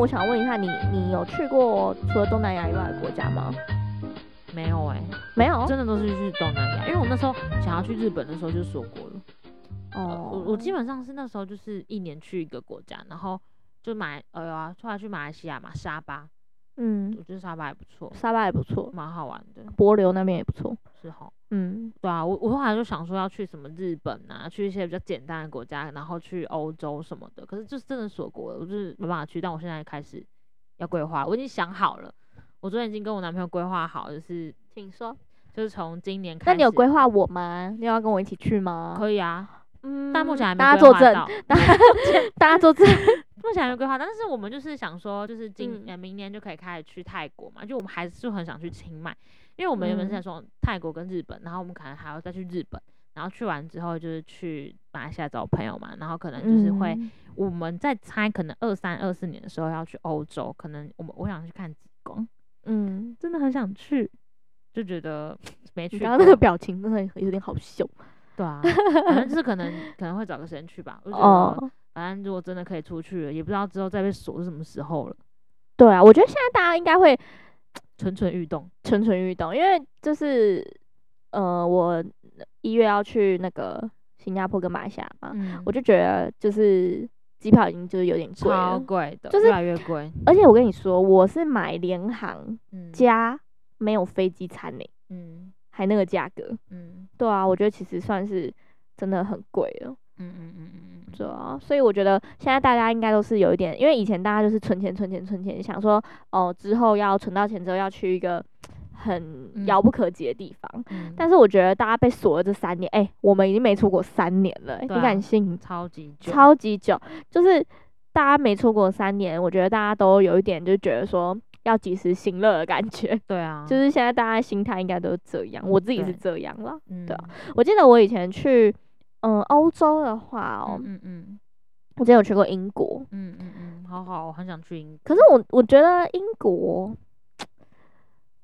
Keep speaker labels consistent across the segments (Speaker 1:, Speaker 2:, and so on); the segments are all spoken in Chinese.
Speaker 1: 我想问一下你，你有去过除了东南亚以外的国家吗？
Speaker 2: 没有哎、
Speaker 1: 没有
Speaker 2: 真的都是去东南亚，因为我那时候想要去日本的时候就说过了。呃我
Speaker 1: 哦，
Speaker 2: 我基本上是那时候就是一年去一个国家，然后就马呃有啊，后来去马来西亚嘛，沙巴，
Speaker 1: 嗯
Speaker 2: 我，觉得沙巴还不错，
Speaker 1: 沙巴也不错，
Speaker 2: 蛮好玩的，
Speaker 1: 帛琉那边也不错。
Speaker 2: 是哈。
Speaker 1: 嗯，
Speaker 2: 对啊，我我后来就想说要去什么日本啊，去一些比较简单的国家，然后去欧洲什么的。可是就是真的锁国了，我就是没办法去。但我现在开始要规划，我已经想好了，我昨天已经跟我男朋友规划好，就是
Speaker 1: 请说。
Speaker 2: 就是从今年开
Speaker 1: 那
Speaker 2: 始。
Speaker 1: 你有规划我吗？你要跟我一起去吗？
Speaker 2: 可以啊，
Speaker 1: 嗯
Speaker 2: 但目前还没
Speaker 1: 大家
Speaker 2: 规
Speaker 1: 作
Speaker 2: 划
Speaker 1: 证，
Speaker 2: 到
Speaker 1: 大家大家作 证。
Speaker 2: 目前还没规划，但是我们就是想说，就是今、
Speaker 1: 嗯
Speaker 2: 呃明年就可以开始去泰国嘛，就我们还是很想去清迈，因为我们原本是
Speaker 1: 嗯
Speaker 2: 想说泰国跟日本，然后我们可能还要再去日本，然后去完之后就是去马来西亚找朋友嘛，然后可能就是会、
Speaker 1: 嗯
Speaker 2: 我们在猜，可能二三二四年的时候要去欧洲，可能我们我想去看极光，
Speaker 1: 嗯，
Speaker 2: 真的很想去，就觉得 没去
Speaker 1: 你
Speaker 2: 过，
Speaker 1: 刚刚那个表情真的有点好笑
Speaker 2: 对啊，反正就是可能可能会找个时间去吧，我就觉得、
Speaker 1: 哦。
Speaker 2: 反正如果真的可以出去了，也不知道之后再被锁是什么时候了，
Speaker 1: 对啊，我觉得现在大家应该会
Speaker 2: 蠢蠢欲动。
Speaker 1: 蠢蠢欲动，因为就是呃，我一月要去那个新加坡跟马来西亚嘛，
Speaker 2: 嗯
Speaker 1: 我就觉得就是机票已经就是有点贵
Speaker 2: 超
Speaker 1: 了，
Speaker 2: 贵的，
Speaker 1: 就是
Speaker 2: 越来越贵。
Speaker 1: 而且我跟你说，我是买联航
Speaker 2: 嗯
Speaker 1: 加没有飞机餐呢、
Speaker 2: 嗯
Speaker 1: 还那个价格。
Speaker 2: 嗯
Speaker 1: 对啊，我觉得其实算是真的很贵了，
Speaker 2: 嗯嗯嗯嗯嗯，
Speaker 1: 对啊，所以我觉得现在大家应该都是有一点，因为以前大家就是存钱、存钱、存钱，想说哦之后要存到钱之后要去一个很
Speaker 2: 嗯
Speaker 1: 遥不可及的地方，
Speaker 2: 嗯
Speaker 1: 但是我觉得大家被锁了这三年，哎、我们已经没出国三年了、哎
Speaker 2: 对
Speaker 1: 你
Speaker 2: 啊
Speaker 1: 敢信？
Speaker 2: 超级久，
Speaker 1: 超级久，就是大家没出国三年，我觉得大家都有一点就觉得说要及时行乐的感觉，
Speaker 2: 对啊，
Speaker 1: 就是是现在大家心态应该都是这样，我自己是
Speaker 2: 对
Speaker 1: 这样啦。
Speaker 2: 嗯
Speaker 1: 对啊我记得我以前去，嗯，欧洲的话哦，
Speaker 2: 嗯嗯
Speaker 1: 我之前有去过英国，
Speaker 2: 嗯嗯嗯，好好，我很想去英
Speaker 1: 可是我我觉得英国，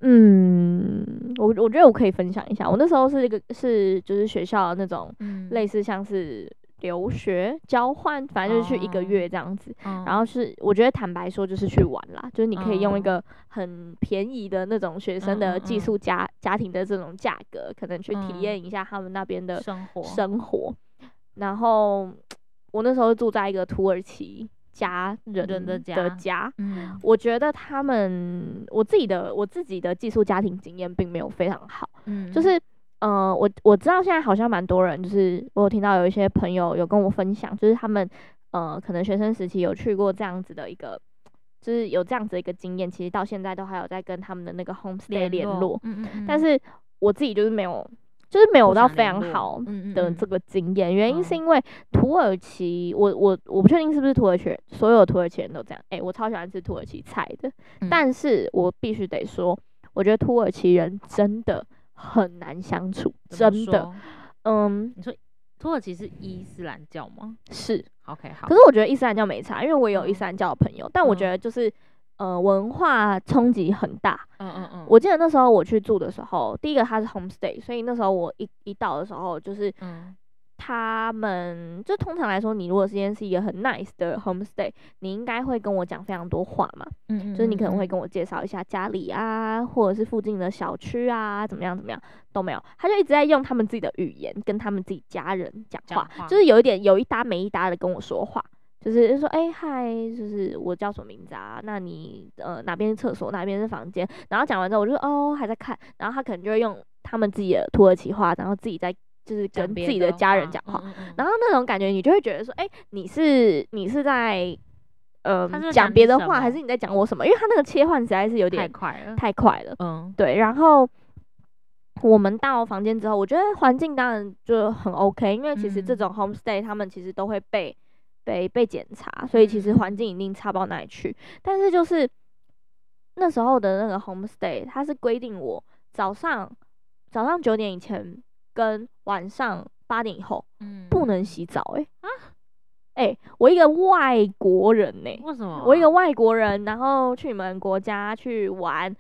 Speaker 1: 嗯，我我觉得我可以分享一下，我那时候是一个是就是学校的那种
Speaker 2: 嗯
Speaker 1: 类似像是留学交换，反正就是去一个
Speaker 2: 哦
Speaker 1: 月这样子，
Speaker 2: 嗯
Speaker 1: 然后是我觉得坦白说就是去玩啦，就是你可以用一
Speaker 2: 嗯
Speaker 1: 个很便宜的那种学生
Speaker 2: 嗯
Speaker 1: 的
Speaker 2: 嗯
Speaker 1: 寄
Speaker 2: 嗯
Speaker 1: 宿家家庭的这种价格，可能去体
Speaker 2: 嗯
Speaker 1: 验一下他们那边的
Speaker 2: 生活
Speaker 1: 生活。然后我那时候住在一个土耳其家人
Speaker 2: 嗯人的
Speaker 1: 的
Speaker 2: 家
Speaker 1: 家
Speaker 2: 嗯
Speaker 1: 我觉得他们我自己的我自己的寄宿家庭经验并没有非常好，
Speaker 2: 嗯，
Speaker 1: 就是。呃，我我知道现在好像蛮多人，就是我有听到有一些朋友有跟我分享，就是他们呃，可能学生时期有去过这样子的一个，就是有这样子的一个经验，其实到现在都还有在跟他们的那个 homestay 联络，
Speaker 2: 嗯嗯嗯，
Speaker 1: 但是我自己就是没有，就是没有
Speaker 2: 不
Speaker 1: 到
Speaker 2: 想
Speaker 1: 非
Speaker 2: 联
Speaker 1: 常
Speaker 2: 络
Speaker 1: 好，
Speaker 2: 嗯嗯
Speaker 1: 的
Speaker 2: 嗯
Speaker 1: 这个经验，原因是
Speaker 2: 嗯
Speaker 1: 因为土耳其，我我我不确定是不是土耳其人，所有土耳其人都这样。诶，我超喜欢吃土耳其菜的，
Speaker 2: 嗯
Speaker 1: 但是我必须得说，我觉得土耳其人真的很难相处，
Speaker 2: 怎么
Speaker 1: 真的，
Speaker 2: 说
Speaker 1: 嗯，
Speaker 2: 你说土耳其是伊斯兰教吗
Speaker 1: 是。
Speaker 2: ？OK 好，
Speaker 1: 可是我觉得伊斯兰教没差，因为我也有伊斯兰教的朋友，但我觉
Speaker 2: 嗯
Speaker 1: 得就是。呃，文化冲击很大。
Speaker 2: 嗯嗯嗯，
Speaker 1: 我记得那时候我去住的时候，第一个它是 homestay，所以那时候我一一到的时候，就是
Speaker 2: 嗯
Speaker 1: 他们就通常来说，你如果今天是一个很 nice 的 homestay，你应该会跟我讲非常多话嘛，
Speaker 2: 嗯嗯，
Speaker 1: 就是你可能会
Speaker 2: 我
Speaker 1: 跟我介绍一下家里啊，或者是附近的小区啊，怎么样怎么样都没有，他就一直在用他们自己的语言跟他们自己家人讲话，
Speaker 2: 讲话
Speaker 1: 就是有一点有一搭没一搭的跟我说话。就是说，哎、嗨，就是我叫什么名字啊？那你呃哪边是厕所，哪边是房间？然后讲完之后，我就说哦还在看，然后他可能就会用他们自己的土耳其话，然后自己在就是跟自己的家人讲话，，然
Speaker 2: 后
Speaker 1: 后那种感觉，你就会觉得说，哎、你是你是在，呃
Speaker 2: 他是，在
Speaker 1: 讲
Speaker 2: 讲
Speaker 1: 别
Speaker 2: 你
Speaker 1: 的
Speaker 2: 什
Speaker 1: 话，还
Speaker 2: 么
Speaker 1: 是你在讲我什么？因为他那个切换实在是有
Speaker 2: 太
Speaker 1: 点
Speaker 2: 快了，
Speaker 1: 太快了。
Speaker 2: 嗯
Speaker 1: 对，然后我们到房间之后，我觉得环境当然就很 OK，因为其实这
Speaker 2: 嗯
Speaker 1: 种 homestay 他们其实都会被被被检查，所以其实
Speaker 2: 嗯
Speaker 1: 环境一定差不到哪里去。但是就是那时候的那个 homestay，它是规定我早上早上九点以前跟晚上八点以后
Speaker 2: 嗯，
Speaker 1: 不能洗澡、欸，
Speaker 2: 啊
Speaker 1: 哎、我一个外国人呢、
Speaker 2: 为什么啊？
Speaker 1: 我一个外国人，然后去你们国家去玩，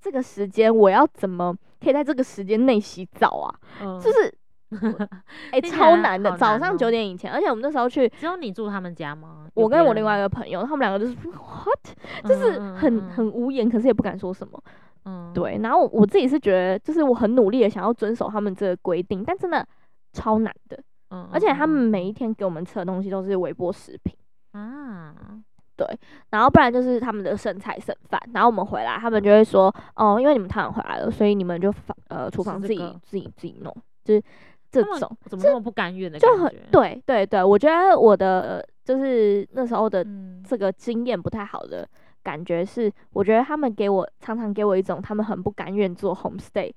Speaker 1: 这个时间我要怎么可以在这个时间内洗澡啊？
Speaker 2: 嗯
Speaker 1: 就是哎、
Speaker 2: 听起
Speaker 1: 超
Speaker 2: 来
Speaker 1: 难的，
Speaker 2: 好
Speaker 1: 早
Speaker 2: 难
Speaker 1: 上
Speaker 2: 哦
Speaker 1: 九点以前，而且我们那时候去，
Speaker 2: 只有你住他们家吗？有
Speaker 1: 我跟
Speaker 2: 别
Speaker 1: 我
Speaker 2: 人
Speaker 1: 另外一
Speaker 2: 吗，
Speaker 1: 个朋友，他们两个就是 what，就是
Speaker 2: 嗯
Speaker 1: 很，很无言，可是也不敢说什么。
Speaker 2: 嗯，嗯，
Speaker 1: 对，然后我自己是觉得，就是我很努力的想要遵守他们这个规定，但真的超难的，
Speaker 2: 嗯
Speaker 1: 而且他们
Speaker 2: 嗯
Speaker 1: 每一天给我们吃的东西都是微波食品。
Speaker 2: 嗯啊，
Speaker 1: 然后不然就是他们的剩菜剩饭，然后我们回来，他们就会说，哦，因为你们太晚回来了，所以你们就放呃厨
Speaker 2: 嗯吃
Speaker 1: 房
Speaker 2: 这
Speaker 1: 自己、
Speaker 2: 个
Speaker 1: 自己自己弄，就是这
Speaker 2: 他们
Speaker 1: 种
Speaker 2: 怎么那么不甘愿的
Speaker 1: 就
Speaker 2: 感
Speaker 1: 很
Speaker 2: 觉，
Speaker 1: 对对对，我觉得我的就是那时候的
Speaker 2: 嗯，
Speaker 1: 这个经验不太好的感觉是，我觉得他们给我常常给我一种他们很不甘愿做 homestay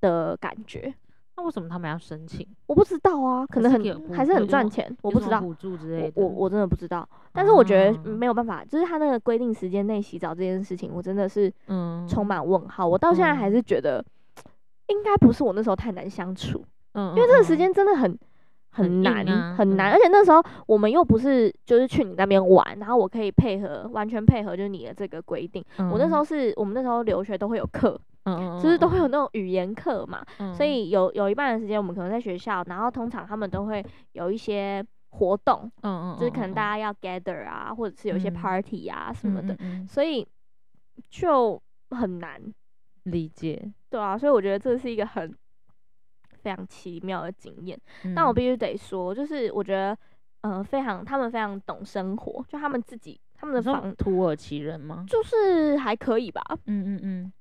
Speaker 1: 的感觉，
Speaker 2: 那为什么他们要申请？
Speaker 1: 我不知道啊，可
Speaker 2: 还
Speaker 1: 能
Speaker 2: 是
Speaker 1: 很
Speaker 2: 给补
Speaker 1: 还是
Speaker 2: 有
Speaker 1: 很
Speaker 2: 一
Speaker 1: 赚
Speaker 2: 种
Speaker 1: 钱，我
Speaker 2: 有
Speaker 1: 不
Speaker 2: 什
Speaker 1: 知
Speaker 2: 么
Speaker 1: 道。
Speaker 2: 补助之
Speaker 1: 我
Speaker 2: 类的，
Speaker 1: 我我真的不知道，但是我觉得
Speaker 2: 啊
Speaker 1: 没有办法，就是他那个规定时间内洗澡这件事情，我真的是
Speaker 2: 嗯，
Speaker 1: 充满问号。我到现在还
Speaker 2: 嗯
Speaker 1: 是觉得，应该不是我那时候太难相处，
Speaker 2: 嗯，
Speaker 1: 因为
Speaker 2: 嗯
Speaker 1: 这个时
Speaker 2: 嗯
Speaker 1: 间真的很
Speaker 2: 很
Speaker 1: 很
Speaker 2: 硬
Speaker 1: 难
Speaker 2: 啊
Speaker 1: 很难，
Speaker 2: 嗯
Speaker 1: 而且那时候我们又不是就是去你那边玩，然后我可以配合完全配合就是你的这个规定。我那时候是我们那时候留学都会有课，
Speaker 2: 嗯，
Speaker 1: 就是都会有那种语言课嘛，
Speaker 2: 嗯，
Speaker 1: 所以有有一半的时间我们可能在学校，然后通常他们都会有一些活动，
Speaker 2: 嗯，嗯
Speaker 1: 就是可能大
Speaker 2: 家
Speaker 1: 家要 gather 啊，或者是有一些
Speaker 2: 嗯
Speaker 1: party 啊什么的，，
Speaker 2: 嗯嗯嗯
Speaker 1: 所以就很难，
Speaker 2: 理解。
Speaker 1: 对啊，所以我觉得这是一个很非常奇妙的经验。但我
Speaker 2: 嗯
Speaker 1: 必须得说，就是我觉得，呃，非常他们非常懂生活，就他们自己他们的
Speaker 2: 你说
Speaker 1: 房
Speaker 2: 土耳其人吗？
Speaker 1: 就是还可以吧，
Speaker 2: 嗯嗯嗯，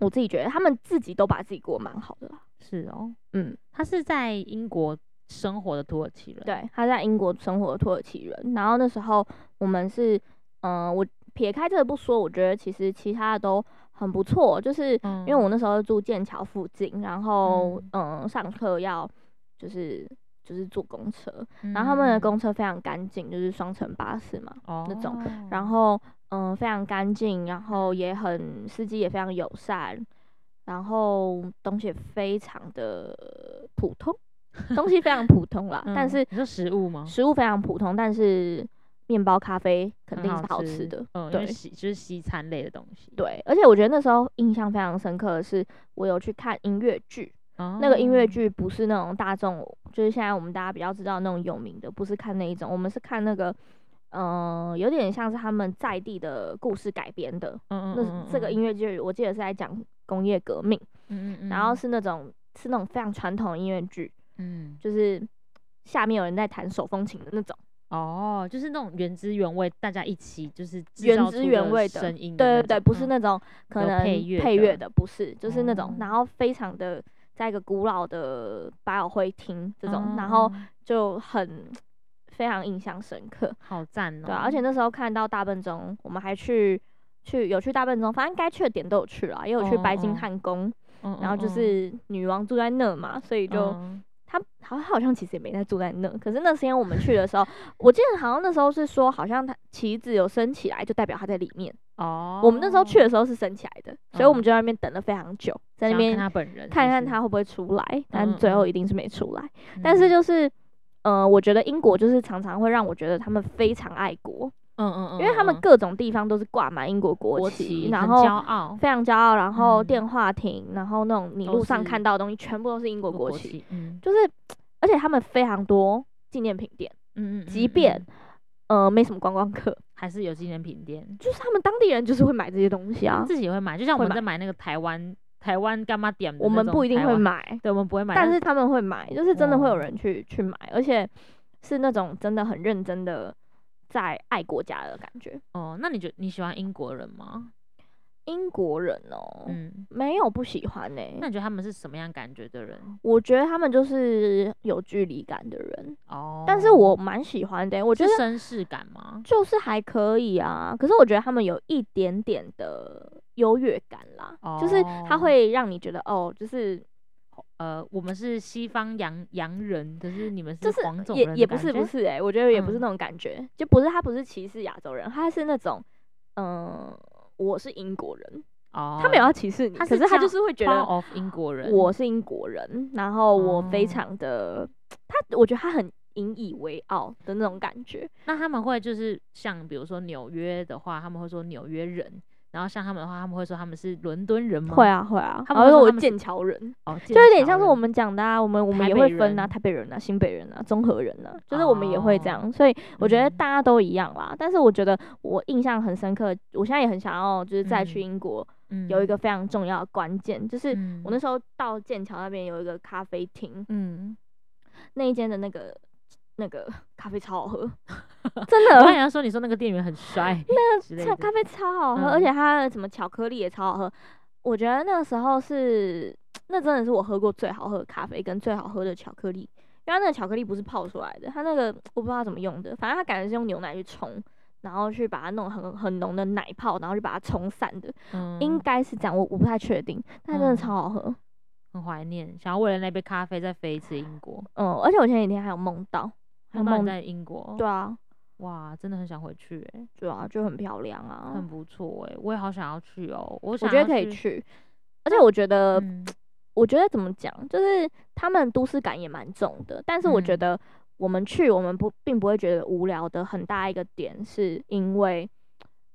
Speaker 1: 我自己觉得他们自己都把自己过得蛮好的啦。
Speaker 2: 是哦，
Speaker 1: 嗯，
Speaker 2: 他是在英国生活的土耳其人，，
Speaker 1: 对，他在英国生活的土耳其人。然后那时候我们是，嗯、我撇开这个不说，我觉得其实其他的都很不错。就是
Speaker 2: 嗯
Speaker 1: 因为我那时候住剑桥附近，然后
Speaker 2: 嗯
Speaker 1: 嗯、呃上课要就是就是坐公车，
Speaker 2: 嗯，
Speaker 1: 然后他们
Speaker 2: 嗯
Speaker 1: 的公车非常干净，就是双层巴士嘛。
Speaker 2: 那
Speaker 1: 种然后嗯、呃非常干净，然后也很司机也非常友善，然后东西也非常的普通，东西非常普通 啦，
Speaker 2: 嗯
Speaker 1: 但是
Speaker 2: 你说食物吗？
Speaker 1: 食物非常普通，但是面包、咖啡肯
Speaker 2: 很
Speaker 1: 定是好
Speaker 2: 好
Speaker 1: 吃
Speaker 2: 吃
Speaker 1: 的。
Speaker 2: 嗯，因
Speaker 1: 对
Speaker 2: 为西就是西餐类的东西，
Speaker 1: 对，而且我觉得那时候印象非常深刻的是，我有去看音乐剧。
Speaker 2: 哦，
Speaker 1: 那个音乐剧不是那种大众，就是现在我们大家比较知道那种有名的，不是看那一种，我们是看那个，嗯、有点像是他们在地的故事改编的，
Speaker 2: 嗯，嗯
Speaker 1: 那这个音，乐剧我记得是在讲工业革命，
Speaker 2: 嗯嗯嗯嗯，
Speaker 1: 然后是那种是那种非常传统的音乐剧，
Speaker 2: 嗯，
Speaker 1: 就是下面有人在弹手风琴的那种，
Speaker 2: 哦，就是那种原汁原味，大家一起就是制
Speaker 1: 原
Speaker 2: 造
Speaker 1: 汁
Speaker 2: 出
Speaker 1: 原
Speaker 2: 的
Speaker 1: 味的
Speaker 2: 声音
Speaker 1: 对
Speaker 2: 的
Speaker 1: 对对，
Speaker 2: 种
Speaker 1: 不是
Speaker 2: 嗯
Speaker 1: 那种可
Speaker 2: 有
Speaker 1: 能
Speaker 2: 配乐
Speaker 1: 配乐
Speaker 2: 的
Speaker 1: 的，不是，就是那种
Speaker 2: 哦，
Speaker 1: 然后非常的在一个古老的百老汇厅这种，然
Speaker 2: 嗯
Speaker 1: 后
Speaker 2: 嗯
Speaker 1: 就很非常印象深刻，
Speaker 2: 好赞哦，
Speaker 1: 对、啊，而且那时候看到大笨钟，我们还去。去有去大笨钟，反正该去的点都有去了，也有去
Speaker 2: 哦
Speaker 1: 白
Speaker 2: 哦
Speaker 1: 金汉宫，
Speaker 2: 嗯，
Speaker 1: 然后就
Speaker 2: 嗯嗯
Speaker 1: 是女王住在那嘛，所以就、
Speaker 2: 嗯
Speaker 1: 她好像好像其实也没在住在那。可是那时间我们去的时候，我记得好像那时候是说，好像她旗子有升起来，就代表她在里面。
Speaker 2: 哦，嗯
Speaker 1: 我们那时候去的时候是升起来的，所以我们就在那边等了非常久，在
Speaker 2: 想
Speaker 1: 那
Speaker 2: 要
Speaker 1: 边
Speaker 2: 看他本人，
Speaker 1: 看
Speaker 2: 是
Speaker 1: 看
Speaker 2: 不
Speaker 1: 她
Speaker 2: 是，
Speaker 1: 会不会出来，
Speaker 2: 嗯
Speaker 1: 但
Speaker 2: 嗯
Speaker 1: 最后
Speaker 2: 嗯
Speaker 1: 一定是没出来。但是
Speaker 2: 嗯
Speaker 1: 就是。呃，我觉得英国就是常常会让我觉得他们非常爱国，
Speaker 2: 嗯嗯嗯，
Speaker 1: 因为他们
Speaker 2: 嗯
Speaker 1: 各种地方都是挂满英国
Speaker 2: 国
Speaker 1: 国
Speaker 2: 旗
Speaker 1: 然
Speaker 2: 很
Speaker 1: 后
Speaker 2: 骄傲，
Speaker 1: 非常骄傲，然后
Speaker 2: 嗯
Speaker 1: 电话亭，然后那种你
Speaker 2: 都
Speaker 1: 路上
Speaker 2: 是
Speaker 1: 看到的东西全部都是英国国
Speaker 2: 国
Speaker 1: 旗，
Speaker 2: 旗，嗯
Speaker 1: 就是而且他们非常多纪念品店，
Speaker 2: 嗯嗯，
Speaker 1: 即
Speaker 2: 嗯
Speaker 1: 便
Speaker 2: 嗯
Speaker 1: 呃没什么观光客，
Speaker 2: 还是有纪念品店，
Speaker 1: 就是他们当地人就是会买这些东西啊，
Speaker 2: 自己也会买，就像我
Speaker 1: 会
Speaker 2: 们
Speaker 1: 买
Speaker 2: 在买那个台湾台湾干妈点的那
Speaker 1: 我
Speaker 2: 种台湾，
Speaker 1: 们不一定会买，
Speaker 2: 对，我们不会买，嗯
Speaker 1: 但是他们会买，就是真的会有
Speaker 2: 哇
Speaker 1: 人去去买，而且是那种真的很认真的在爱国家的感觉。
Speaker 2: 哦，那你觉你喜欢英国人
Speaker 1: 嗯
Speaker 2: 吗？
Speaker 1: 英国人哦，
Speaker 2: 嗯，
Speaker 1: 没有不喜欢欸呢、
Speaker 2: 那你觉得他们是什么样感觉的人？
Speaker 1: 我觉得他们就是有距离感的人，
Speaker 2: 哦，
Speaker 1: 但是我蛮喜欢的欸、我觉
Speaker 2: 是
Speaker 1: 得
Speaker 2: 绅士感吗？
Speaker 1: 就是还可以啊，可是我觉得他们有一点点的优越感啦，就是他
Speaker 2: 哦
Speaker 1: 会让你觉得哦，就是
Speaker 2: 呃，我们是西方洋洋人，可是你们
Speaker 1: 就是
Speaker 2: 黄种
Speaker 1: 也
Speaker 2: 人
Speaker 1: 也
Speaker 2: 的
Speaker 1: 不是
Speaker 2: 感
Speaker 1: 不
Speaker 2: 觉，
Speaker 1: 是哎、我觉得也不是
Speaker 2: 嗯
Speaker 1: 那种感觉，就不是他不是歧视亚洲人，他是那种嗯、呃我是英国人，
Speaker 2: 哦，
Speaker 1: 他没有要歧视你，
Speaker 2: 他
Speaker 1: 可
Speaker 2: 是
Speaker 1: 是他
Speaker 2: 骄
Speaker 1: 就是会觉
Speaker 2: proud
Speaker 1: 得
Speaker 2: of 英国人，
Speaker 1: 我是英国人，然后我非
Speaker 2: 哦
Speaker 1: 常的、他，我觉得他很引以为傲的那种感觉，
Speaker 2: 那他们会就是像比如说纽约的话，他们会说纽约人，然后像他们的话，他们会说他们是伦敦人吗？
Speaker 1: 会啊会啊，
Speaker 2: 他
Speaker 1: 然
Speaker 2: 们
Speaker 1: 后说
Speaker 2: 会说
Speaker 1: 我
Speaker 2: 他们是
Speaker 1: 剑桥人，
Speaker 2: 哦，
Speaker 1: 就
Speaker 2: 剑
Speaker 1: 有点
Speaker 2: 桥
Speaker 1: 像是
Speaker 2: 人
Speaker 1: 我们讲的啊，我们我们
Speaker 2: 台
Speaker 1: 也
Speaker 2: 北
Speaker 1: 会分啊，
Speaker 2: 人哦
Speaker 1: 台北人啊、新北人啊、中和人啊，就是我们也会这样，所以我觉得
Speaker 2: 嗯
Speaker 1: 大家都一样啦。但是我觉得我印象很深刻，我现在也很想要就是再去
Speaker 2: 嗯
Speaker 1: 英国，有一个非常重要的关键，就是
Speaker 2: 嗯，
Speaker 1: 我那时候到剑桥那边有一个咖啡厅，
Speaker 2: 嗯，
Speaker 1: 那一间的那个那个咖啡超好 喝，真
Speaker 2: 我
Speaker 1: 的
Speaker 2: 想说，你说那个店员很帅，之类
Speaker 1: 超
Speaker 2: 的
Speaker 1: 咖啡超好喝，而
Speaker 2: 嗯
Speaker 1: 且它的什么巧克力也超好喝。我觉得那个时候是，那真的是我喝过最好喝的咖啡跟最好喝的巧克力，因为它那个巧克力不是泡出来的，它那个我不知道它怎么用的，反正它感觉是用牛奶去冲。然后去把它弄很很浓的奶泡，然后就把它冲散的，
Speaker 2: 嗯
Speaker 1: 应该是这样，我我不太确定，但真的
Speaker 2: 嗯
Speaker 1: 超好喝。
Speaker 2: 很怀念，想要为了那杯咖啡再飞一次英国，
Speaker 1: 嗯，而且我前几天还有梦到，还有
Speaker 2: 梦
Speaker 1: 嗯梦，
Speaker 2: 到你在英国，
Speaker 1: 对啊，
Speaker 2: 哇，真的很想回去、欸，
Speaker 1: 对啊，就很漂亮啊，
Speaker 2: 很不错哎、我也好想要去哦、我
Speaker 1: 我
Speaker 2: 想
Speaker 1: 觉得
Speaker 2: 要
Speaker 1: 可以
Speaker 2: 去，
Speaker 1: 去。呃而且我觉得，
Speaker 2: 嗯
Speaker 1: 我觉得怎么讲，就是他们都市感也蛮重的，但是我觉
Speaker 2: 嗯
Speaker 1: 得我们去，我们不并不会觉得无聊的很大一个点，是因为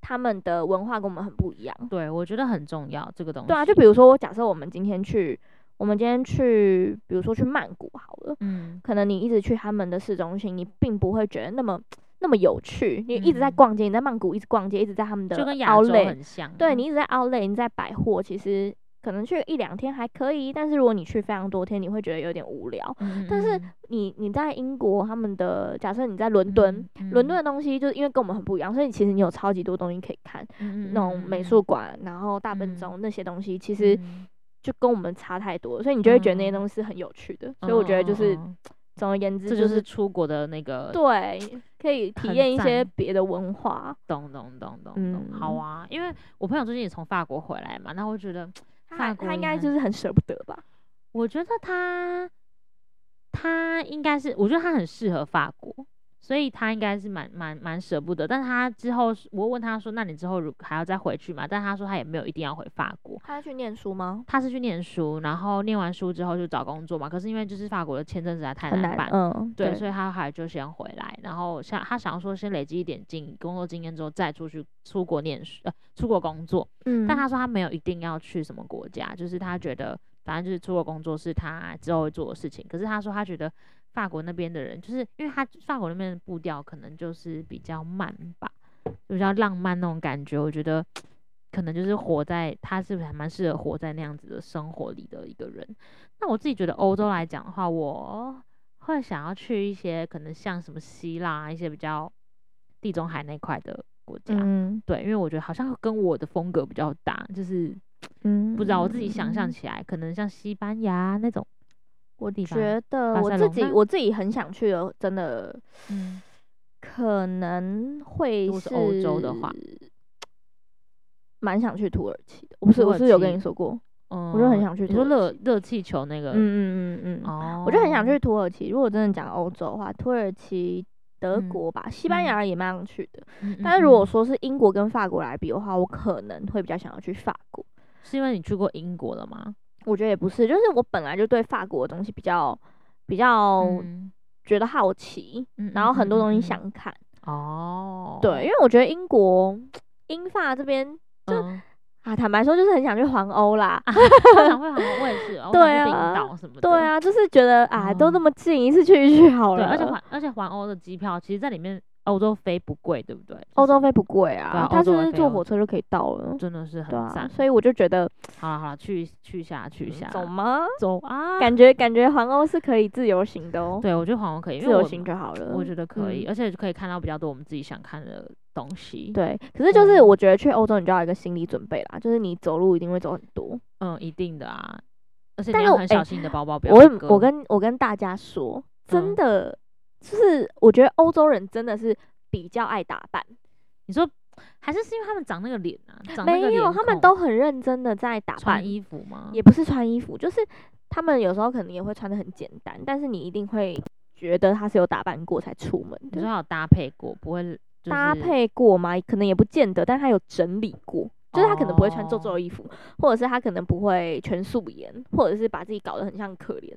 Speaker 1: 他们的文化跟我们很不一样。
Speaker 2: 对我觉得很重要这个东西，
Speaker 1: 对啊，就比如说，假设我们今天去，我们今天去，比如说去曼谷好了，
Speaker 2: 嗯
Speaker 1: 可能你一直去他们的市中心，你并不会觉得那么那么有趣。你一直在
Speaker 2: 嗯
Speaker 1: 逛街，你在曼谷一直逛街，一直在他们的
Speaker 2: 就跟亚洲
Speaker 1: outlet，
Speaker 2: 很像，
Speaker 1: 对你一直在 outlet，你在百货，其实可能去一两天还可以，但是如果你去非常多天，你会觉得有点无聊。
Speaker 2: 嗯，
Speaker 1: 但是
Speaker 2: 嗯
Speaker 1: 你你在英国，他们的假设你在伦敦。，
Speaker 2: 嗯
Speaker 1: 伦敦的，东西就是因为跟我们很不一样，所以其实你有超级多东西可以看，
Speaker 2: 嗯嗯嗯
Speaker 1: 那种美术馆，然后大笨
Speaker 2: 嗯
Speaker 1: 钟那些东西，其
Speaker 2: 其
Speaker 1: 实就跟我们差太多，所以你就会觉得那些
Speaker 2: 嗯
Speaker 1: 东西是很有趣的。所以我觉得就是，
Speaker 2: 嗯嗯嗯
Speaker 1: 总而言之，
Speaker 2: 这
Speaker 1: 就
Speaker 2: 就是
Speaker 1: 是
Speaker 2: 出国的那个
Speaker 1: 对，可以体
Speaker 2: 很
Speaker 1: 验一些
Speaker 2: 赞
Speaker 1: 别的文化。
Speaker 2: 懂懂懂懂懂，好
Speaker 1: 嗯
Speaker 2: 啊，因为我朋友最近也从法国回来嘛，那我觉得，
Speaker 1: 他
Speaker 2: 法
Speaker 1: 还
Speaker 2: 国
Speaker 1: 他应
Speaker 2: 也
Speaker 1: 该
Speaker 2: 很
Speaker 1: 就是很舍不得吧？
Speaker 2: 我觉得他他应该是，我觉得他很适合法国，所以他应该是蛮蛮蛮舍不得。但是他之后是，我问他说，那你之后如还要再回去吗？但他说他也没有一定要回法国，
Speaker 1: 他要去念书吗？
Speaker 2: 他是去念书，然后念完书之后就找工作嘛。可是因为就是法国的签证实在太
Speaker 1: 很
Speaker 2: 难
Speaker 1: 难
Speaker 2: 办，，
Speaker 1: 嗯，
Speaker 2: 对，所以他后来就先回来，然后像他想说先累积一点经工作经验之后再出去出国念书，呃，出国工作。
Speaker 1: 嗯，
Speaker 2: 但他说他没有一定要去什么国家，就是他觉得反正就是出国工作是他之后会做的事情。可是他说他觉得法国那边的人，就是因为他法国那边的步调可能就是比较慢吧，就比较浪漫那种感觉。我觉得可能就是活在他是不是还蛮适合活在那样子的生活里的一个人。那我自己觉得欧洲来讲的话，我会想要去一些可能像什么希腊啊一些比较地中海那块的国家。
Speaker 1: 嗯
Speaker 2: 对，因为我觉得好像跟我的风格比较搭，就是
Speaker 1: 嗯
Speaker 2: 不知道我自己想象。起来，可能像西班牙那种
Speaker 1: 我
Speaker 2: 地方，
Speaker 1: 觉得
Speaker 2: 巴
Speaker 1: 我
Speaker 2: 塞
Speaker 1: 自
Speaker 2: 隆
Speaker 1: 己
Speaker 2: 纳
Speaker 1: 我自己很想去的，真的
Speaker 2: 嗯，
Speaker 1: 可能会
Speaker 2: 如果是欧洲的话，
Speaker 1: 蛮想去土耳其的。我不是
Speaker 2: 土
Speaker 1: 我
Speaker 2: 耳
Speaker 1: 是有跟
Speaker 2: 其
Speaker 1: 你说过，
Speaker 2: 我
Speaker 1: 就很想去
Speaker 2: 嗯你
Speaker 1: 土
Speaker 2: 说
Speaker 1: 耳
Speaker 2: 热热气球那个，
Speaker 1: 嗯嗯嗯嗯，
Speaker 2: 哦，
Speaker 1: 我就很想去，土耳其。如果真的讲欧洲的话，土耳其、德
Speaker 2: 嗯
Speaker 1: 国吧，西班
Speaker 2: 嗯
Speaker 1: 牙也蛮想去的。
Speaker 2: 嗯
Speaker 1: 但是如果
Speaker 2: 嗯
Speaker 1: 说是英国跟法国来比的话，我可能会比较想要去法国。
Speaker 2: 嗯是因为你去过英国了吗？
Speaker 1: 我觉得也不是，就是我本来就对法国的东西比较比较
Speaker 2: 嗯，
Speaker 1: 觉得好奇，
Speaker 2: 嗯
Speaker 1: 哦然后很多东西，
Speaker 2: 嗯嗯嗯
Speaker 1: 想看。
Speaker 2: 嗯哦，
Speaker 1: 对，因为我觉得英国、英法这边
Speaker 2: 就
Speaker 1: 啊，坦白说就是很想去环欧啦。
Speaker 2: 啊我想会好，我也 是，我想去
Speaker 1: 对啊
Speaker 2: 冰岛什么的，
Speaker 1: 对。啊，就是觉得啊，都那
Speaker 2: 哦
Speaker 1: 么近，一次去一去好
Speaker 2: 对，
Speaker 1: 了。
Speaker 2: 而且环而且环欧的机票，其实在里面欧洲飞不贵，对不对？就
Speaker 1: 欧
Speaker 2: 是
Speaker 1: 洲飞不贵啊
Speaker 2: 啊，
Speaker 1: 它
Speaker 2: 欧洲
Speaker 1: 就
Speaker 2: 还
Speaker 1: 是
Speaker 2: 飞
Speaker 1: 坐
Speaker 2: 欧
Speaker 1: 火车就可以到了。
Speaker 2: 真的是
Speaker 1: 对
Speaker 2: 很
Speaker 1: 啊
Speaker 2: 赞。，
Speaker 1: 所以我就觉得
Speaker 2: 好了好了，去去一下去一下，
Speaker 1: 走吗？
Speaker 2: 走啊！
Speaker 1: 感觉感觉环欧是可以自由行的哦，
Speaker 2: 对，我觉得好像可以，因
Speaker 1: 自
Speaker 2: 为
Speaker 1: 由
Speaker 2: 我
Speaker 1: 行就好了。
Speaker 2: 我觉得可以，
Speaker 1: 嗯
Speaker 2: 而且可以看到比较多我们自己想看的东西。，
Speaker 1: 对，可是就是
Speaker 2: 嗯
Speaker 1: 我觉得去欧洲你就要有一个心理准备啦，就是你走路一定会走很多。
Speaker 2: 嗯，一定的啊，而且
Speaker 1: 但
Speaker 2: 你
Speaker 1: 是
Speaker 2: 要
Speaker 1: 我
Speaker 2: 很
Speaker 1: 哎
Speaker 2: 小心你的包包，不要
Speaker 1: 我
Speaker 2: 被
Speaker 1: 跟
Speaker 2: 割
Speaker 1: 我跟我跟大家说，真
Speaker 2: 嗯
Speaker 1: 的、就是我觉得欧洲人真的是比较爱打扮，
Speaker 2: 你说，还是是因为他们长那个脸啊，长那
Speaker 1: 没
Speaker 2: 个
Speaker 1: 有，
Speaker 2: 脸
Speaker 1: 他们
Speaker 2: 孔
Speaker 1: 都很认真的在打扮
Speaker 2: 穿，衣服吗？
Speaker 1: 也不是穿衣服，就是他们有时候可能也会穿的很简单，但是你一定会觉得他是有打扮过才出门
Speaker 2: 你说
Speaker 1: 的，
Speaker 2: 还有搭配过，不会就是
Speaker 1: 搭配过吗？可能也不见得，但他有整理过。就是他可能不会穿皱皱的
Speaker 2: 哦
Speaker 1: 衣服，或者是他可能不会全素颜，或者是把自己搞得很像可怜。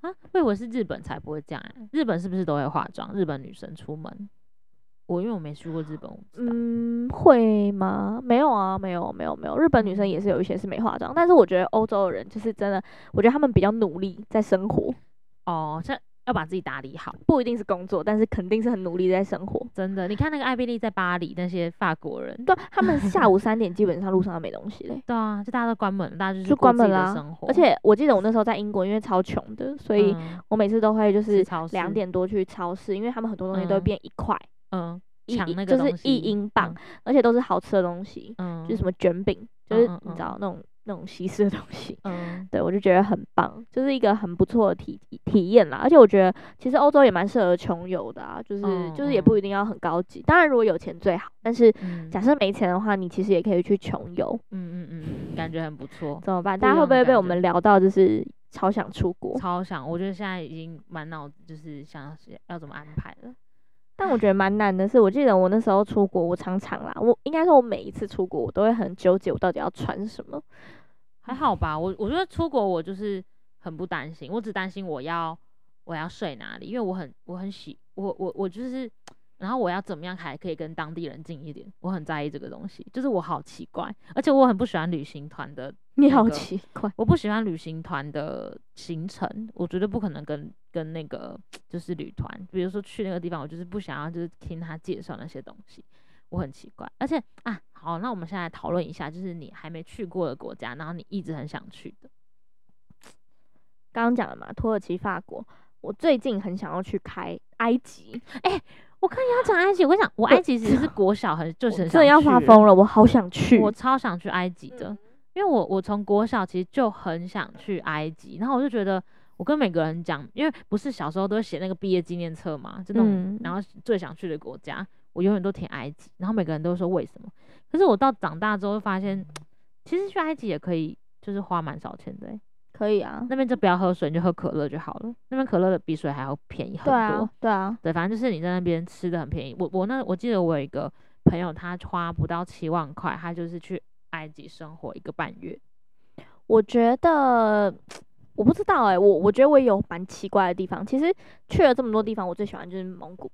Speaker 2: 啊？我以为是日本才不会这样欸，日本是不是都会化妆？日本女生出门我因为我没去过日本，我不知道
Speaker 1: 嗯，会吗？没有啊，没有，没有，没有。日本女生也是有一些是没化妆，但是我觉得欧洲的人就是真的，我觉得他们比较努力在生活，
Speaker 2: 哦，这要把自己打理好，
Speaker 1: 不一定是工作，但是肯定是很努力在生活。
Speaker 2: 真的。你看那个艾比利在巴黎那些法国人，
Speaker 1: 对，啊 他们下午三点基本上路上都没东西嘞，
Speaker 2: 对啊，就大家都关门，大家就
Speaker 1: 就是
Speaker 2: 过
Speaker 1: 关
Speaker 2: 自己
Speaker 1: 门
Speaker 2: 的
Speaker 1: 啦
Speaker 2: 生活，
Speaker 1: 而且我记得我那时候在英国，因为超穷的，所以
Speaker 2: 哦嗯
Speaker 1: 我每次都会就
Speaker 2: 去
Speaker 1: 是
Speaker 2: 超市
Speaker 1: 两，点多去超市，因为他们很多东西都会
Speaker 2: 嗯
Speaker 1: 变一块、
Speaker 2: 嗯，
Speaker 1: 一
Speaker 2: 抢
Speaker 1: 一
Speaker 2: 那个
Speaker 1: 就是
Speaker 2: 东西
Speaker 1: 一英镑，而且都是好吃的东西，
Speaker 2: 嗯，
Speaker 1: 就是什么卷饼，就
Speaker 2: 嗯
Speaker 1: 是
Speaker 2: 嗯
Speaker 1: 你知
Speaker 2: 嗯
Speaker 1: 道那种那种西式的东西。
Speaker 2: 嗯，
Speaker 1: 对，我就觉得很棒，就是一个很不错的体体验啦。而且我觉得其实欧洲也蛮适合穷游的啊，就是、
Speaker 2: 嗯
Speaker 1: 就是也不一定要很高级，当然如果有钱最好。但是
Speaker 2: 嗯
Speaker 1: 假设没钱的话，你其实也可以去穷游，
Speaker 2: 嗯嗯嗯，感觉很不错，
Speaker 1: 怎么办？
Speaker 2: 不
Speaker 1: 大家
Speaker 2: 一
Speaker 1: 会
Speaker 2: 样
Speaker 1: 不
Speaker 2: 的
Speaker 1: 会被
Speaker 2: 感
Speaker 1: 我
Speaker 2: 觉
Speaker 1: 们聊到就是超想出国？
Speaker 2: 超想，我觉得现在已经满脑子就是想是要怎么安排了。
Speaker 1: 但我觉得蛮难的是，我记得我那时候出国，我常常啦，我应该说我每一次出国，我都会很纠结我到底要穿什么。
Speaker 2: 还好吧，我我觉得出国我就是很不担心，我只担心我要我要睡哪里，因为我很我很喜我我我就是，然后我要怎么样还可以跟当地人近一点，我很在意这个东西，就是我好奇怪，而且我很不喜欢旅行团的，
Speaker 1: 你
Speaker 2: 那
Speaker 1: 好
Speaker 2: 个
Speaker 1: 奇怪，
Speaker 2: 我不喜欢旅行团的行程，我绝对不可能跟跟那个就是旅团，比如说去那个地方，我就是不想要就是听他介绍那些东西。我很奇怪，而且啊，好，那我们现在来讨论一下，就是你还没去过的国家，然后你一直很想去的。
Speaker 1: 刚刚讲了嘛，土耳其、法国，我最近很想要去开埃及。
Speaker 2: 我看你要讲埃及，我想我埃及其实是国小很就
Speaker 1: 我
Speaker 2: 是很
Speaker 1: 真
Speaker 2: 想
Speaker 1: 的要发
Speaker 2: 去
Speaker 1: 疯了，我好想去。
Speaker 2: 我超想去埃及的，因为我我从国小其实就很想去埃及，然后我就觉得我跟每个人讲，因为不是小时候都会写那个毕业纪念册嘛，就那种、
Speaker 1: 嗯
Speaker 2: 然后最想去的国家，我永远都填埃及，然后每个人都说为什么，可是我到长大之后发现，其实去埃及也可以。就是花蛮少钱的欸、
Speaker 1: 可以啊，
Speaker 2: 那边就不要喝水，你就喝可乐就好了。那边可乐的比水还要便宜很
Speaker 1: 对
Speaker 2: 多。
Speaker 1: 啊，对啊，
Speaker 2: 对，反正就是你在那边吃的很便宜。我我那我记得我有一个朋友，他花不到七万块，他就是去埃及生活一个半月。
Speaker 1: 我觉得我不知道哎、我我觉得我也有蛮奇怪的地方。其实去了这么多地方，我最喜欢就是蒙古。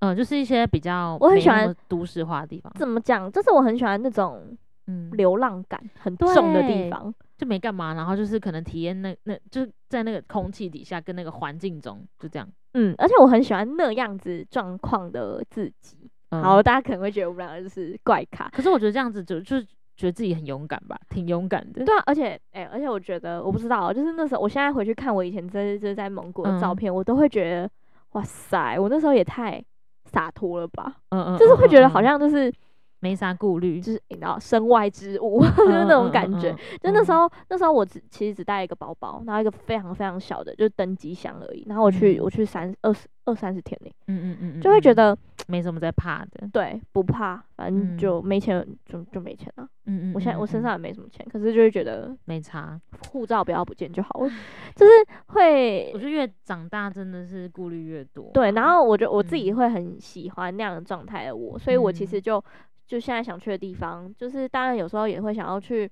Speaker 2: 嗯，就是一些比较
Speaker 1: 我很
Speaker 2: 没
Speaker 1: 喜
Speaker 2: 那
Speaker 1: 欢
Speaker 2: 么都市化的地方，
Speaker 1: 怎么讲？就是我很喜欢那种
Speaker 2: 嗯，
Speaker 1: 流浪感很重的地
Speaker 2: 对
Speaker 1: 方。
Speaker 2: 就没干嘛，然后就是可能体验那那就是在那个空气底下跟那个环境中，就这样。
Speaker 1: 嗯，而且我很喜欢那样子状况的自己。
Speaker 2: 嗯、
Speaker 1: 好，，大家可能会觉得我们两个就是怪咖。
Speaker 2: 可是我觉得这样子就就是觉得自己很勇敢吧，挺勇敢的。
Speaker 1: 对啊，而且哎、而且我觉得我不知道，就是那时候，我现在回去看我以前在就是在蒙古的照
Speaker 2: 嗯
Speaker 1: 片，我都会觉得哇塞，我那时候也太洒脱了吧。
Speaker 2: 嗯嗯，
Speaker 1: 就是
Speaker 2: 嗯
Speaker 1: 会觉得
Speaker 2: 嗯
Speaker 1: 好像就是
Speaker 2: 没啥顾 虑，
Speaker 1: 就是你知道身外之物，就是那种
Speaker 2: 嗯
Speaker 1: 感
Speaker 2: 嗯
Speaker 1: 觉
Speaker 2: 嗯。
Speaker 1: 就那时候那时候我只其实只带一个包包，然后一个非常非常小的，就是登机箱而已。然后我去
Speaker 2: 嗯
Speaker 1: 我去三二十二三十天内，
Speaker 2: 嗯嗯嗯嗯，
Speaker 1: 就会觉
Speaker 2: 嗯
Speaker 1: 得
Speaker 2: 没什么在怕的。
Speaker 1: 对不怕，反正
Speaker 2: 嗯
Speaker 1: 就没钱就就没钱了。
Speaker 2: 嗯嗯，
Speaker 1: 我现在
Speaker 2: 嗯
Speaker 1: 我身
Speaker 2: 嗯
Speaker 1: 上也没什么钱，可是就会觉得
Speaker 2: 没差，
Speaker 1: 护照不要不见就好了，就是会
Speaker 2: 我觉得越长大真的是顾虑越多。
Speaker 1: 对，然后我就我自己
Speaker 2: 嗯
Speaker 1: 会很喜欢那样的状态的我，所以我其
Speaker 2: 嗯
Speaker 1: 实就就现在想去的地方，就是当然有时候也会想要去，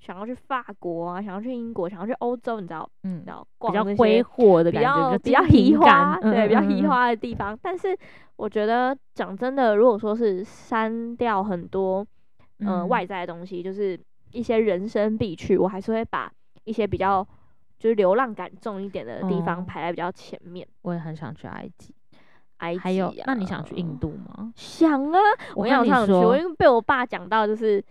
Speaker 1: 想要去法国啊，想要去英国，想要去欧洲，你知道，
Speaker 2: 嗯
Speaker 1: 你知，道，
Speaker 2: 比
Speaker 1: 逛
Speaker 2: 较
Speaker 1: 那
Speaker 2: 挥
Speaker 1: 些
Speaker 2: 霍的
Speaker 1: 比
Speaker 2: 感觉，
Speaker 1: 较比
Speaker 2: 比
Speaker 1: 较
Speaker 2: 较嗯
Speaker 1: 移花，对，
Speaker 2: 对，
Speaker 1: 比较移
Speaker 2: 移。
Speaker 1: 花的地方。但是我觉得讲真的，如果说是删掉很多呃
Speaker 2: 嗯
Speaker 1: 外在的东西，就是一些人生必去，我还是会把一些比较就是流浪感重一点的地
Speaker 2: 哦
Speaker 1: 方排在比较前面。
Speaker 2: 我也很想去埃及，
Speaker 1: 埃及、啊，
Speaker 2: 还有，那你想去印度吗？
Speaker 1: 想啊，我
Speaker 2: 我跟
Speaker 1: 想
Speaker 2: 你
Speaker 1: 上去，
Speaker 2: 说
Speaker 1: 我因为被我爸讲到，就是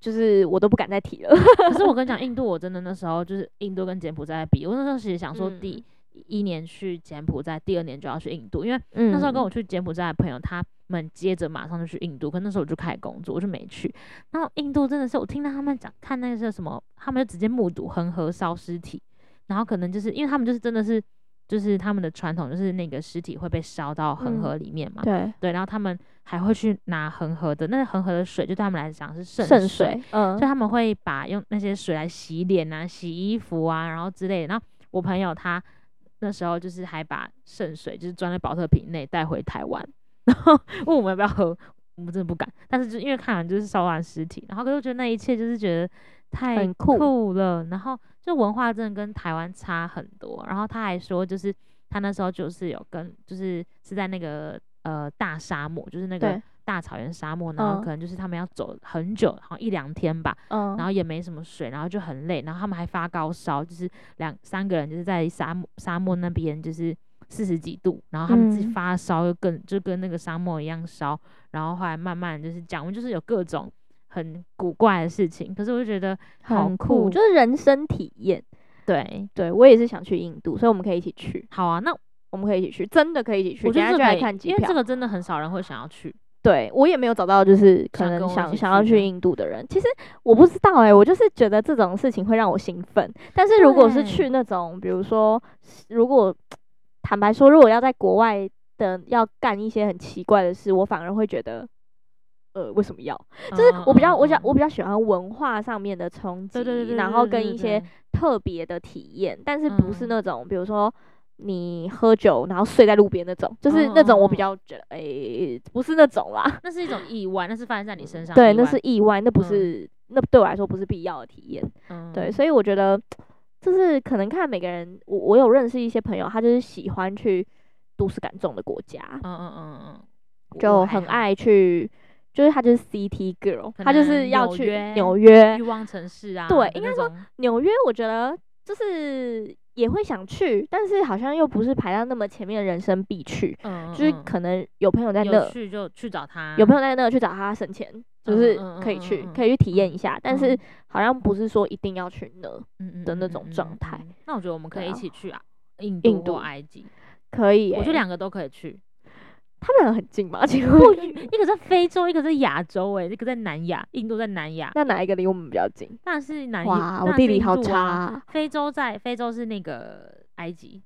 Speaker 1: 就是我都不敢再提了。
Speaker 2: 可是我跟你讲，印度我真的那时候就是印度跟柬埔寨比，我那时候其实想说
Speaker 1: 嗯
Speaker 2: 第一年去柬埔寨，第二年就要去印度，因为
Speaker 1: 嗯
Speaker 2: 那时候跟我去柬埔寨的朋友，他们接着马上就去印度，可那时候我就开始工作，我就没去。然后印度真的是，我听到他们讲看那些什么，他们就直接目睹恒河烧尸体，然后可能就是因为他们就是真的是，就是他们的传统就是那个尸体会被烧到恒河里面嘛，
Speaker 1: 嗯对
Speaker 2: 对，然后他们还会去拿恒河的那恒河的水，就对他们来讲是圣
Speaker 1: 圣
Speaker 2: 水，
Speaker 1: 水，嗯
Speaker 2: 所以，他们会把用那些水来洗脸啊、洗衣服啊，然后之类的。然后我朋友他那时候就是还把圣水就是装在保特瓶内带回台湾，然后问我们要不要喝，我们真的不敢。但是就因为看完就是烧完尸体，然后就觉得那一切就是觉得太
Speaker 1: 很酷
Speaker 2: 了，然后就文化真的跟台湾差很多。然后他还说就是。他那时候就是有跟，就是是在那个呃大沙漠，就是那个
Speaker 1: 对，
Speaker 2: 大草原沙漠，然后
Speaker 1: 嗯
Speaker 2: 可能就是他们要走很久，好像一两天吧，
Speaker 1: 嗯，
Speaker 2: 然后也没什么水，然后就很累，然后他们还发高烧，就是两三个人就是在沙漠沙漠那边就是四十几度，然后他们自己
Speaker 1: 嗯
Speaker 2: 发烧又更就跟那个沙漠一样烧，然后后来慢慢就是讲，就是有各种很古怪的事情，可是我就觉得好
Speaker 1: 很
Speaker 2: 酷
Speaker 1: 就是人生体验。
Speaker 2: 对，
Speaker 1: 对我也是想去印度，所以我们可以一起去，
Speaker 2: 好啊，那
Speaker 1: 我们可以一起去，真的可以一起去。
Speaker 2: 我觉
Speaker 1: 等下
Speaker 2: 得这
Speaker 1: 就
Speaker 2: 个
Speaker 1: 来
Speaker 2: 也
Speaker 1: 看机
Speaker 2: 因为
Speaker 1: 票
Speaker 2: 这。个真的很少人会想要去，
Speaker 1: 对我也没有找到，就是可
Speaker 2: 想
Speaker 1: 能
Speaker 2: 跟我一
Speaker 1: 想
Speaker 2: 起
Speaker 1: 想要
Speaker 2: 去
Speaker 1: 去
Speaker 2: 的
Speaker 1: 印度的人。其实我不知道哎、我就是觉得这种事情会让我兴奋。但是如果是
Speaker 2: 对
Speaker 1: 去那种，比如说，如果坦白说，如果要在国外的要干一些很奇怪的事，我反而会觉得，呃，为什么要？就是
Speaker 2: 嗯
Speaker 1: 我比较
Speaker 2: 嗯
Speaker 1: 我比较
Speaker 2: 嗯
Speaker 1: 我比较喜欢文化上面的冲击，
Speaker 2: 对对对对，
Speaker 1: 然
Speaker 2: 对
Speaker 1: 后
Speaker 2: 对
Speaker 1: 跟
Speaker 2: 对
Speaker 1: 一些
Speaker 2: 对
Speaker 1: 特别的体验，但是不是
Speaker 2: 嗯
Speaker 1: 那种、比如说你喝酒然后睡在路边那种，就是那种我比
Speaker 2: 嗯嗯嗯
Speaker 1: 较觉得诶、不是那种啦。
Speaker 2: 那是一种意外，那是发生在你身上的意
Speaker 1: 对，
Speaker 2: 外，
Speaker 1: 那是意外，那不
Speaker 2: 嗯
Speaker 1: 是、那对我来说不是必要的体验。
Speaker 2: 嗯
Speaker 1: 对，所以我觉得就是可能看每个人，我我有认识一些朋友，他就是喜欢去都市感重的国家，
Speaker 2: 嗯嗯嗯嗯嗯，
Speaker 1: 就
Speaker 2: 我还
Speaker 1: 很
Speaker 2: 好
Speaker 1: 爱去，就是他就是 CT girl，
Speaker 2: 可
Speaker 1: 他就是
Speaker 2: 能
Speaker 1: 要
Speaker 2: 纽
Speaker 1: 去
Speaker 2: 约
Speaker 1: 纽约
Speaker 2: 欲，望城市啊的
Speaker 1: 对
Speaker 2: 那种，
Speaker 1: 应该说纽约我觉得就是也会想去，但是好像又不是排到那么前面的人生必去，
Speaker 2: 嗯，嗯
Speaker 1: 就是
Speaker 2: 嗯
Speaker 1: 可能有朋友在那
Speaker 2: 有，去就去找他，
Speaker 1: 有朋
Speaker 2: 友
Speaker 1: 友在那去找他省钱，就
Speaker 2: 嗯
Speaker 1: 是
Speaker 2: 嗯
Speaker 1: 可以
Speaker 2: 嗯
Speaker 1: 去，
Speaker 2: 嗯
Speaker 1: 可以去体验一下，但是
Speaker 2: 嗯
Speaker 1: 好像不是说一定要去那，的那种状态？
Speaker 2: 嗯嗯嗯嗯嗯那我觉得我们可
Speaker 1: 对
Speaker 2: 以一
Speaker 1: 啊
Speaker 2: 起去啊，印
Speaker 1: 印
Speaker 2: 度
Speaker 1: 度
Speaker 2: 或埃及，
Speaker 1: 可以、欸。
Speaker 2: 我觉得两个都可以去，
Speaker 1: 他们两个很近嘛， 请问
Speaker 2: 一个在非洲，一个在亚洲，哎，一个在南亚，印度在南亚，
Speaker 1: 那哪一个离我们比较近？
Speaker 2: 那是南
Speaker 1: 哇，
Speaker 2: 亚，
Speaker 1: 我
Speaker 2: 那
Speaker 1: 地
Speaker 2: 是
Speaker 1: 理
Speaker 2: 印
Speaker 1: 好
Speaker 2: 度
Speaker 1: 差
Speaker 2: 啊，
Speaker 1: 啊，
Speaker 2: 非洲在非洲是那个埃及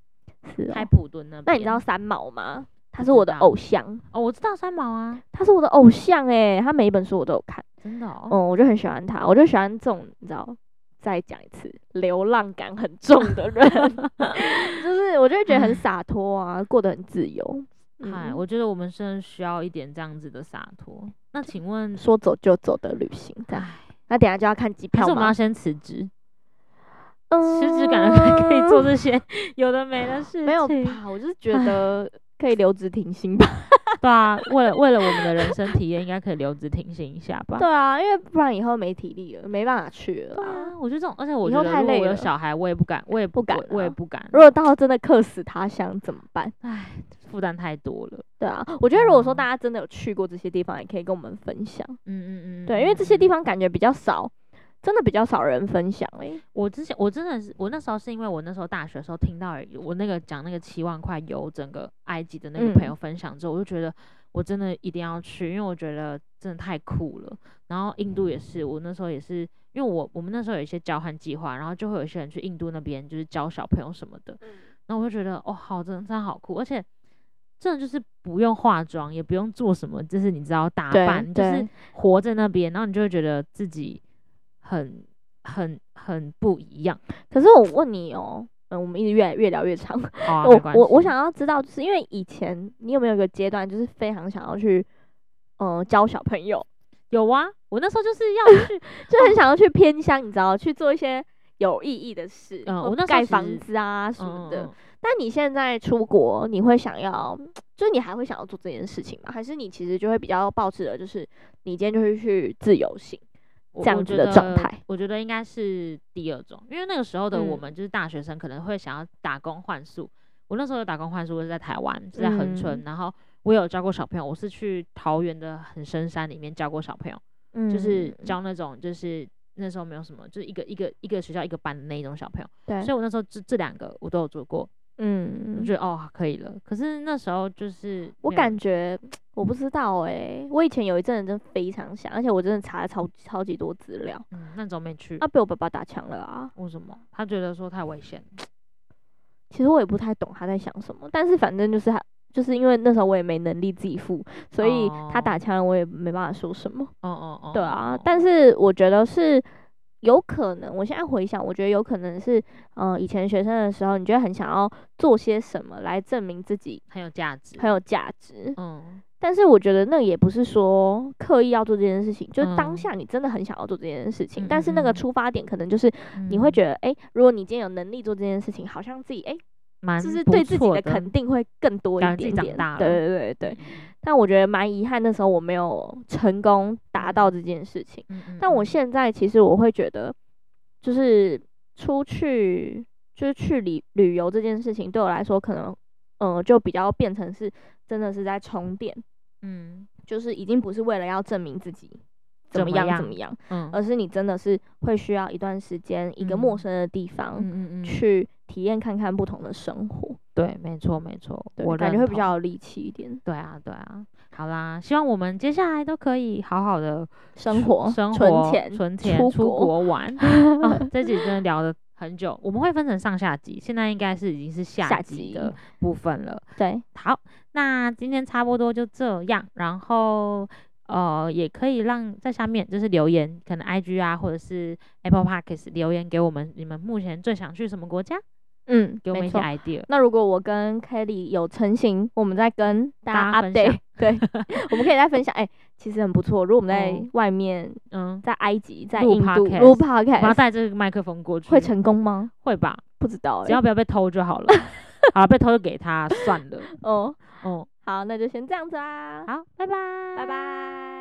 Speaker 1: 是
Speaker 2: 开
Speaker 1: 哦。
Speaker 2: 普敦那边，
Speaker 1: 那你知道三毛吗？他是
Speaker 2: 不知
Speaker 1: 我的
Speaker 2: 道
Speaker 1: 偶像，
Speaker 2: 哦，我知道三毛啊，
Speaker 1: 他是我的偶像哎、他每一本书我都有看，
Speaker 2: 真的哦，
Speaker 1: 嗯，我就很喜欢他，我就喜欢这种你知道，再讲一次，流浪感很重的人， 就是我就会觉得很洒脱啊，过得很自由。
Speaker 2: 嗨，
Speaker 1: 嗯
Speaker 2: 我觉得我们真的需要一点这样子的洒脱。那请问，
Speaker 1: 说走就走的旅行，这样。那等一下就要看机
Speaker 2: 还
Speaker 1: 票
Speaker 2: 是我们要
Speaker 1: 吗？
Speaker 2: 先辞职？
Speaker 1: 嗯
Speaker 2: 辞职感觉 可以做这些 有的哦没的事情。
Speaker 1: 没 有吧？我就是觉得可以留职停薪吧。
Speaker 2: 对啊，为了为了我们的人生体验，应该可以留职停薪一下吧？
Speaker 1: 对啊，因为不然以后没体力了，没办法去了
Speaker 2: 对
Speaker 1: 啊。
Speaker 2: 啊，我觉得这种，而且我
Speaker 1: 以
Speaker 2: 觉
Speaker 1: 后
Speaker 2: 得
Speaker 1: 太
Speaker 2: 如果
Speaker 1: 累
Speaker 2: 我有
Speaker 1: 了
Speaker 2: 小孩，我也不敢，我也
Speaker 1: 不敢
Speaker 2: 我我也
Speaker 1: 啊
Speaker 2: 不敢，
Speaker 1: 如果到时候真的客死他乡怎么办？
Speaker 2: 负担太多了。
Speaker 1: 对啊，我觉得如果说
Speaker 2: 嗯
Speaker 1: 大家真的有去过这些地方，也可以跟我们分享。
Speaker 2: 嗯嗯嗯，
Speaker 1: 对，因为这些地
Speaker 2: 方，
Speaker 1: 方感觉比较少，真的比较少人分享诶、
Speaker 2: 我之前我真的是，我那时候是因为我那时候大学的时候听到有我那个讲那个七万块游整个埃及的那个
Speaker 1: 嗯
Speaker 2: 朋友分享之后，我就觉得我真的一定要去，因为我觉得真的太酷了。然后印度也是，我那时候也是，因为我我们那时候有一些交换计划，然后就会有一些人去印度那边就是教小朋友什么的，
Speaker 1: 嗯
Speaker 2: 那我就觉得哦，好，真的真的好酷，而且真的就是不用化妆，也不用做什么，就是你知道打
Speaker 1: 对
Speaker 2: 扮，就是
Speaker 1: 对
Speaker 2: 活在那边，然后你就会觉得自己很很很不一样。
Speaker 1: 可是我问你哦、嗯，我们一直越来越聊越长。
Speaker 2: 好啊，没
Speaker 1: 我
Speaker 2: 关
Speaker 1: 哦我我
Speaker 2: 系
Speaker 1: 想要知道，就是因为以前你有没有一个阶段，就是非常想要去，呃，教小朋友，
Speaker 2: 有啊，我那时候就是 要嗯去，
Speaker 1: 就很想要去偏乡，你知道，去做一些有意义的事，
Speaker 2: 嗯
Speaker 1: 或
Speaker 2: 我那时候
Speaker 1: 盖
Speaker 2: 其实
Speaker 1: 房子啊什么
Speaker 2: 嗯
Speaker 1: 的。
Speaker 2: 嗯，
Speaker 1: 但你现在出国，你会想要，就是你还会想要做这件事情吗？还是你其实就会比较抱持的，就是你今天就是去自由行？
Speaker 2: 我
Speaker 1: 这样
Speaker 2: 我
Speaker 1: 子
Speaker 2: 觉
Speaker 1: 的状
Speaker 2: 得
Speaker 1: 态
Speaker 2: 我觉得应该是第二种，因为那个时候的我
Speaker 1: 嗯
Speaker 2: 们就是大学生，可能会想要打工换宿。我那时候有打工换宿，我是在台湾，是在恒春，
Speaker 1: 嗯
Speaker 2: 然后我有教过小朋友，我是去桃园的很深山里面教过小朋友。
Speaker 1: 嗯
Speaker 2: 就是教那种就是那时候没有什么，就是一个一个一个学校一个班的那一种小朋友，
Speaker 1: 对
Speaker 2: 所，以我那时候这这两个我都有做过，我
Speaker 1: 嗯
Speaker 2: 觉，得哦可以了。可是那时候就是
Speaker 1: 我
Speaker 2: 没有
Speaker 1: 感觉我不知道哎、我以前有一阵子真的非常想，而且我真的查了超超级多资料，
Speaker 2: 嗯那种没去，
Speaker 1: 啊，被我爸爸打枪了啊。
Speaker 2: 为什么？他觉得说太危险了，
Speaker 1: 其实我也不太懂他在想什么，但是反正就是他，就是因为那时候我也没能力自己付，所以他
Speaker 2: 哦
Speaker 1: 打枪了我也没办法说什么。
Speaker 2: 哦哦哦，
Speaker 1: 对啊
Speaker 2: 哦，
Speaker 1: 但是我觉得是有可能，我现在回想，我觉得有可能是，呃，以前学生的时候，你就会很想要做些什么来证明自己
Speaker 2: 很有价值，
Speaker 1: 很有价值，
Speaker 2: 嗯
Speaker 1: 但是我觉得那也不是说刻意要做这件事情，就是当
Speaker 2: 嗯
Speaker 1: 下你真的很想要做这件事情，
Speaker 2: 嗯
Speaker 1: 但是那个
Speaker 2: 嗯嗯嗯
Speaker 1: 出发点可能就是你会觉得，哎、如果你今天有能力做这件事情，好像自己哎、
Speaker 2: 蛮
Speaker 1: 就是
Speaker 2: 不
Speaker 1: 对自己
Speaker 2: 错
Speaker 1: 的肯定会更多
Speaker 2: 感
Speaker 1: 一
Speaker 2: 觉
Speaker 1: 点
Speaker 2: 自己长
Speaker 1: 点。
Speaker 2: 大
Speaker 1: 对
Speaker 2: 了
Speaker 1: 对对对，但我觉得蛮遗憾，那时候我没有成功达到这件事情。
Speaker 2: 嗯嗯
Speaker 1: 但我
Speaker 2: 嗯
Speaker 1: 现在其实我会觉得，就是出去就是去旅旅游这件事情，对我来说可能，呃，就比较变成是真的是在充电，
Speaker 2: 嗯
Speaker 1: 就是已经不是为了要证明自己怎
Speaker 2: 怎
Speaker 1: 么
Speaker 2: 么
Speaker 1: 样
Speaker 2: 样
Speaker 1: 怎么样，
Speaker 2: 嗯
Speaker 1: 而是你真的是会需要一段时间一个陌
Speaker 2: 嗯
Speaker 1: 生的地方
Speaker 2: 嗯嗯嗯，
Speaker 1: 去体验看看不同的生活，
Speaker 2: 对，没错没错，
Speaker 1: 对
Speaker 2: 我
Speaker 1: 感觉会
Speaker 2: 认
Speaker 1: 比
Speaker 2: 同
Speaker 1: 较有力气一点。
Speaker 2: 对啊对啊，好啦，希望我们接下来都可以好好的
Speaker 1: 生活、
Speaker 2: 生
Speaker 1: 存
Speaker 2: 活、
Speaker 1: 钱、
Speaker 2: 存钱、
Speaker 1: 出
Speaker 2: 出
Speaker 1: 国
Speaker 2: 玩啊！这集真的聊了很久，我们会分成上下集，现在应该是已经是
Speaker 1: 下
Speaker 2: 下集
Speaker 1: 集
Speaker 2: 的部分了。
Speaker 1: 对，
Speaker 2: 好，那今天差不多就这样，然后呃，也可以让在下面就是留言，可能 IG 啊，或者是 Apple Parks 留言给我们，你们目前最想去什么国家，
Speaker 1: 嗯，
Speaker 2: 给我们
Speaker 1: 没
Speaker 2: 一些
Speaker 1: 错。
Speaker 2: idea。
Speaker 1: 那如果我跟 Kelly 有成型，我们再跟大家
Speaker 2: 大家分享
Speaker 1: update，对， 我们可以再分享。哎、其实很不错。如果我们在
Speaker 2: 哦
Speaker 1: 外面，
Speaker 2: 嗯，
Speaker 1: 在埃及、在
Speaker 2: 录
Speaker 1: 印度
Speaker 2: podcast
Speaker 1: 录
Speaker 2: 我要
Speaker 1: podcast，
Speaker 2: 带这个麦克风过去，
Speaker 1: 会成功吗？
Speaker 2: 会吧？
Speaker 1: 不知道、
Speaker 2: 只
Speaker 1: 哎。
Speaker 2: 要不要被偷 就好了。好了，被偷就给他算了。
Speaker 1: 哦，
Speaker 2: 哦，
Speaker 1: 好，那就先这样子啦，
Speaker 2: 好，拜拜，
Speaker 1: 拜拜。